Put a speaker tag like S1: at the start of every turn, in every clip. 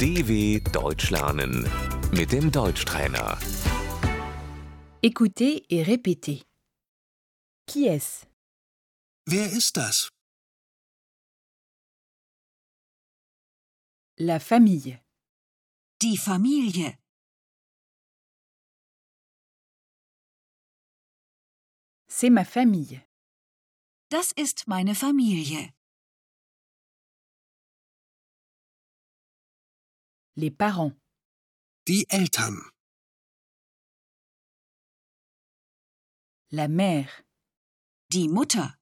S1: DW Deutsch lernen mit dem Deutschtrainer.
S2: Écoutez et répétez. Qui est-ce
S3: Wer ist das?
S2: La famille.
S4: Die Familie.
S2: C'est ma famille.
S4: Das ist meine Familie.
S2: Les parents.
S3: Die Eltern.
S2: La mère.
S4: Die Mutter.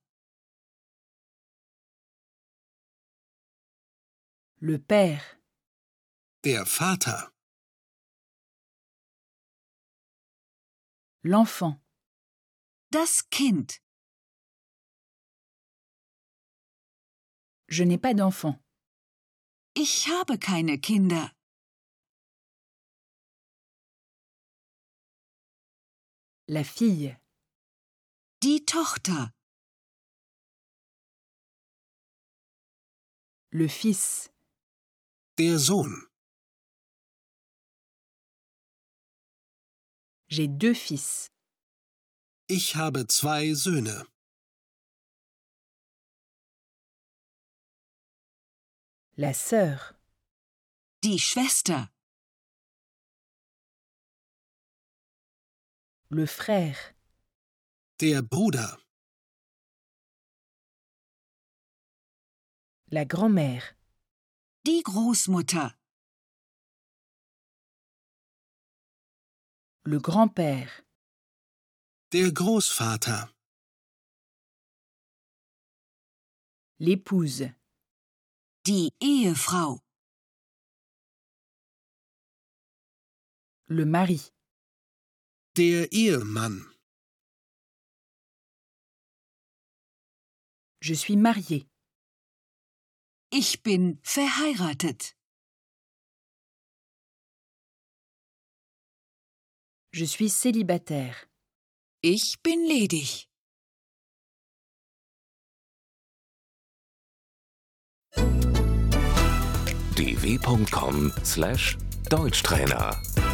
S2: Le père.
S3: Der Vater.
S2: L'enfant.
S4: Das Kind.
S2: Je n'ai pas d'enfant.
S4: Ich habe keine Kinder.
S2: La fille.
S4: Die Tochter.
S2: Le fils.
S3: Der Sohn.
S2: J'ai deux fils.
S3: Ich habe zwei Söhne.
S2: La sœur.
S4: Die Schwester.
S2: Le frère.
S3: Der Bruder.
S2: La grand-mère.
S4: Die Großmutter.
S2: Le grand-père.
S3: Der Großvater.
S2: L'épouse.
S4: Die Ehefrau.
S2: Le mari.
S3: Der Ehemann.
S2: Je suis mariée.
S4: Ich bin verheiratet.
S2: Je suis célibataire.
S4: Ich bin ledig.
S1: dw.com/deutschtrainer